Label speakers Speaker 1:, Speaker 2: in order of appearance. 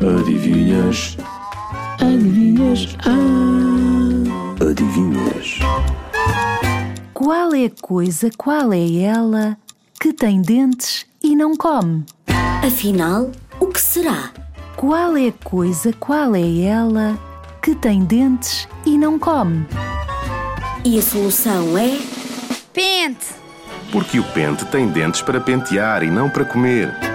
Speaker 1: Adivinhas?
Speaker 2: Adivinhas? Ah!
Speaker 1: Adivinhas?
Speaker 3: Qual é a coisa, qual é ela que tem dentes e não come?
Speaker 4: Afinal, o que será?
Speaker 3: Qual é a coisa, qual é ela que tem dentes e não come?
Speaker 4: E a solução é.
Speaker 5: Pente!
Speaker 6: Porque o pente tem dentes para pentear e não para comer.